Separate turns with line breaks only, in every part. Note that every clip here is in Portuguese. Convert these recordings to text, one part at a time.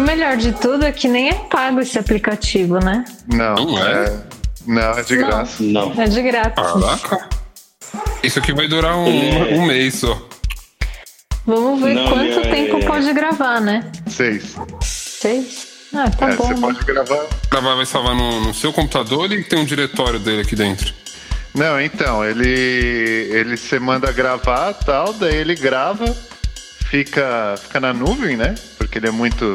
melhor de tudo é que nem é pago esse aplicativo, né?
Não,
Não é?
é. Não, é de
Não.
graça.
Não.
É de grátis.
Ah,
Caraca. Isso aqui vai durar um,
Ele é-
um mês só.
Vamos ver
Não,
quanto
é-
tempo pode gravar, né?
Seis.
Seis? Ah, tá
é,
bom.
você
né?
pode gravar.
Gravar vai salvar no, no seu computador e tem um diretório dele aqui dentro.
Não, então, ele. Ele você manda gravar tal, daí ele grava, fica, fica na nuvem, né? Porque ele é muito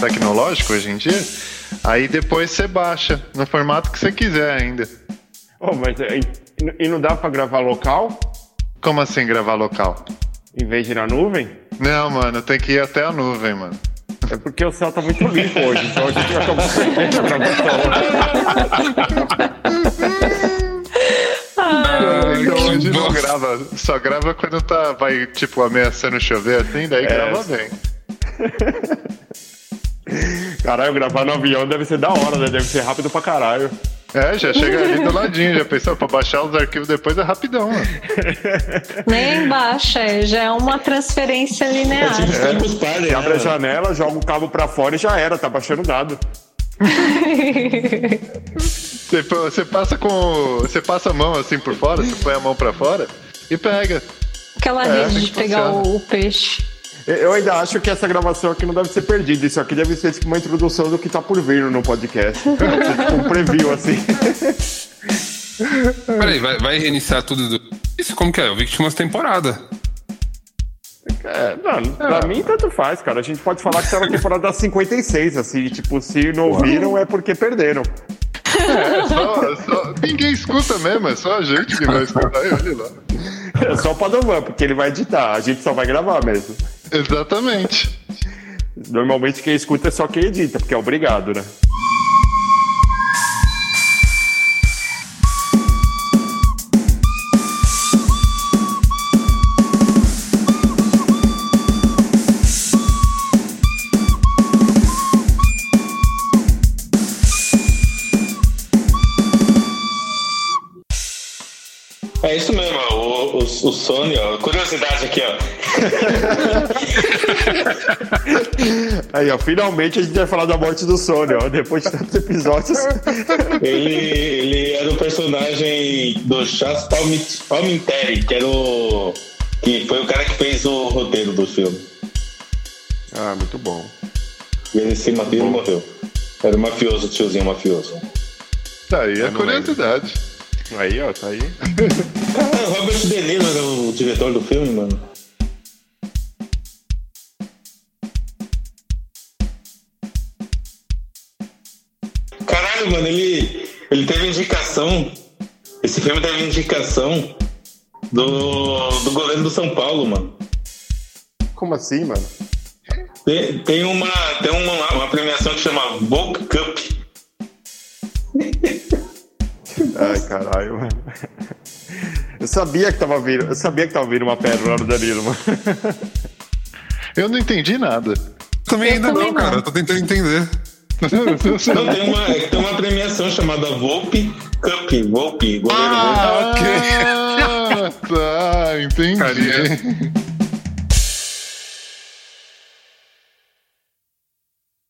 tecnológico hoje em dia. Aí depois você baixa, no formato que você quiser ainda.
Oh, mas é, e, e não dá pra gravar local?
Como assim gravar local?
Em vez de ir na nuvem?
Não, mano, tem que ir até a nuvem, mano.
É porque o céu tá muito limpo hoje, então a gente acabou perdendo a gravação.
Ah,
Então
que
hoje não
bosta.
grava, só grava quando tá, vai, tipo, ameaçando chover assim, daí grava bem.
Caralho, gravar no avião deve ser da hora, né? Deve ser rápido pra caralho.
É, já chega ali do ladinho, já pensou, pra baixar os arquivos depois é rapidão, mano.
Nem baixa, é, já é uma transferência linear.
É
Tipo Campus Party, né,
Abre a
mano?
janela, joga o cabo pra fora e já era, tá baixando dado.
Você, pô- você passa com. o- Você passa a mão assim por fora, você põe a mão pra fora e pega.
Aquela
É,
rede
assim
de
que
pegar
funciona.
o, o peixe.
Eu- Eu ainda acho que essa gravação aqui não deve ser perdida. Isso aqui deve ser tipo uma introdução do que tá por vir no podcast. tipo um preview, assim.
Peraí, vai, vai reiniciar tudo do... Isso, como que é? Eu vi que tinha umas temporadas.
É, mano, pra mim tanto faz, cara. A gente pode falar que tá na temporada 56, assim. Tipo, se não ouviram é porque perderam.
É só, só- ninguém escuta mesmo, é só a gente que vai escutar e olha lá.
É só o Padovan, porque ele vai editar. A gente só vai gravar mesmo.
Exatamente.
Normalmente quem escuta é só quem edita, porque é obrigado, né?
É isso mesmo, ó, o, o, o Sony, ó. Curiosidade aqui, ó.
Aí, ó, finalmente a gente vai falar da morte do Sony, ó. Depois de tantos episódios.
Ele, ele era o personagem do Chas Palmi- Palminteri, que era o. que foi o cara que fez o roteiro do filme.
Ah, muito bom.
E ele se matou e morreu. Era um mafioso, tiozinho mafioso.
Daí é
não
curiosidade.
Aí, ó, tá aí.
Ah, Robert De Niro era o diretor do filme, mano. Caralho, mano, ele, ele teve indicação. Esse filme teve indicação do, do goleiro do São Paulo, mano.
Como assim, mano?
Tem, tem uma, tem uma, uma premiação que chama Vogue Cup.
Ai, caralho, mano. Eu sabia que tava vindo, eu sabia que tava vindo uma pedra lá no Danilo, mano.
Eu não entendi nada.
Também
Eu
ainda
também
não,
não.
cara. Eu tô tentando entender.
Não, tem uma, é que tem uma premiação chamada Volpe Cup.
Ah,
Volpe, goleiro Volpe.
ok.
Ah, tá, entendi.
Cara, é- ia,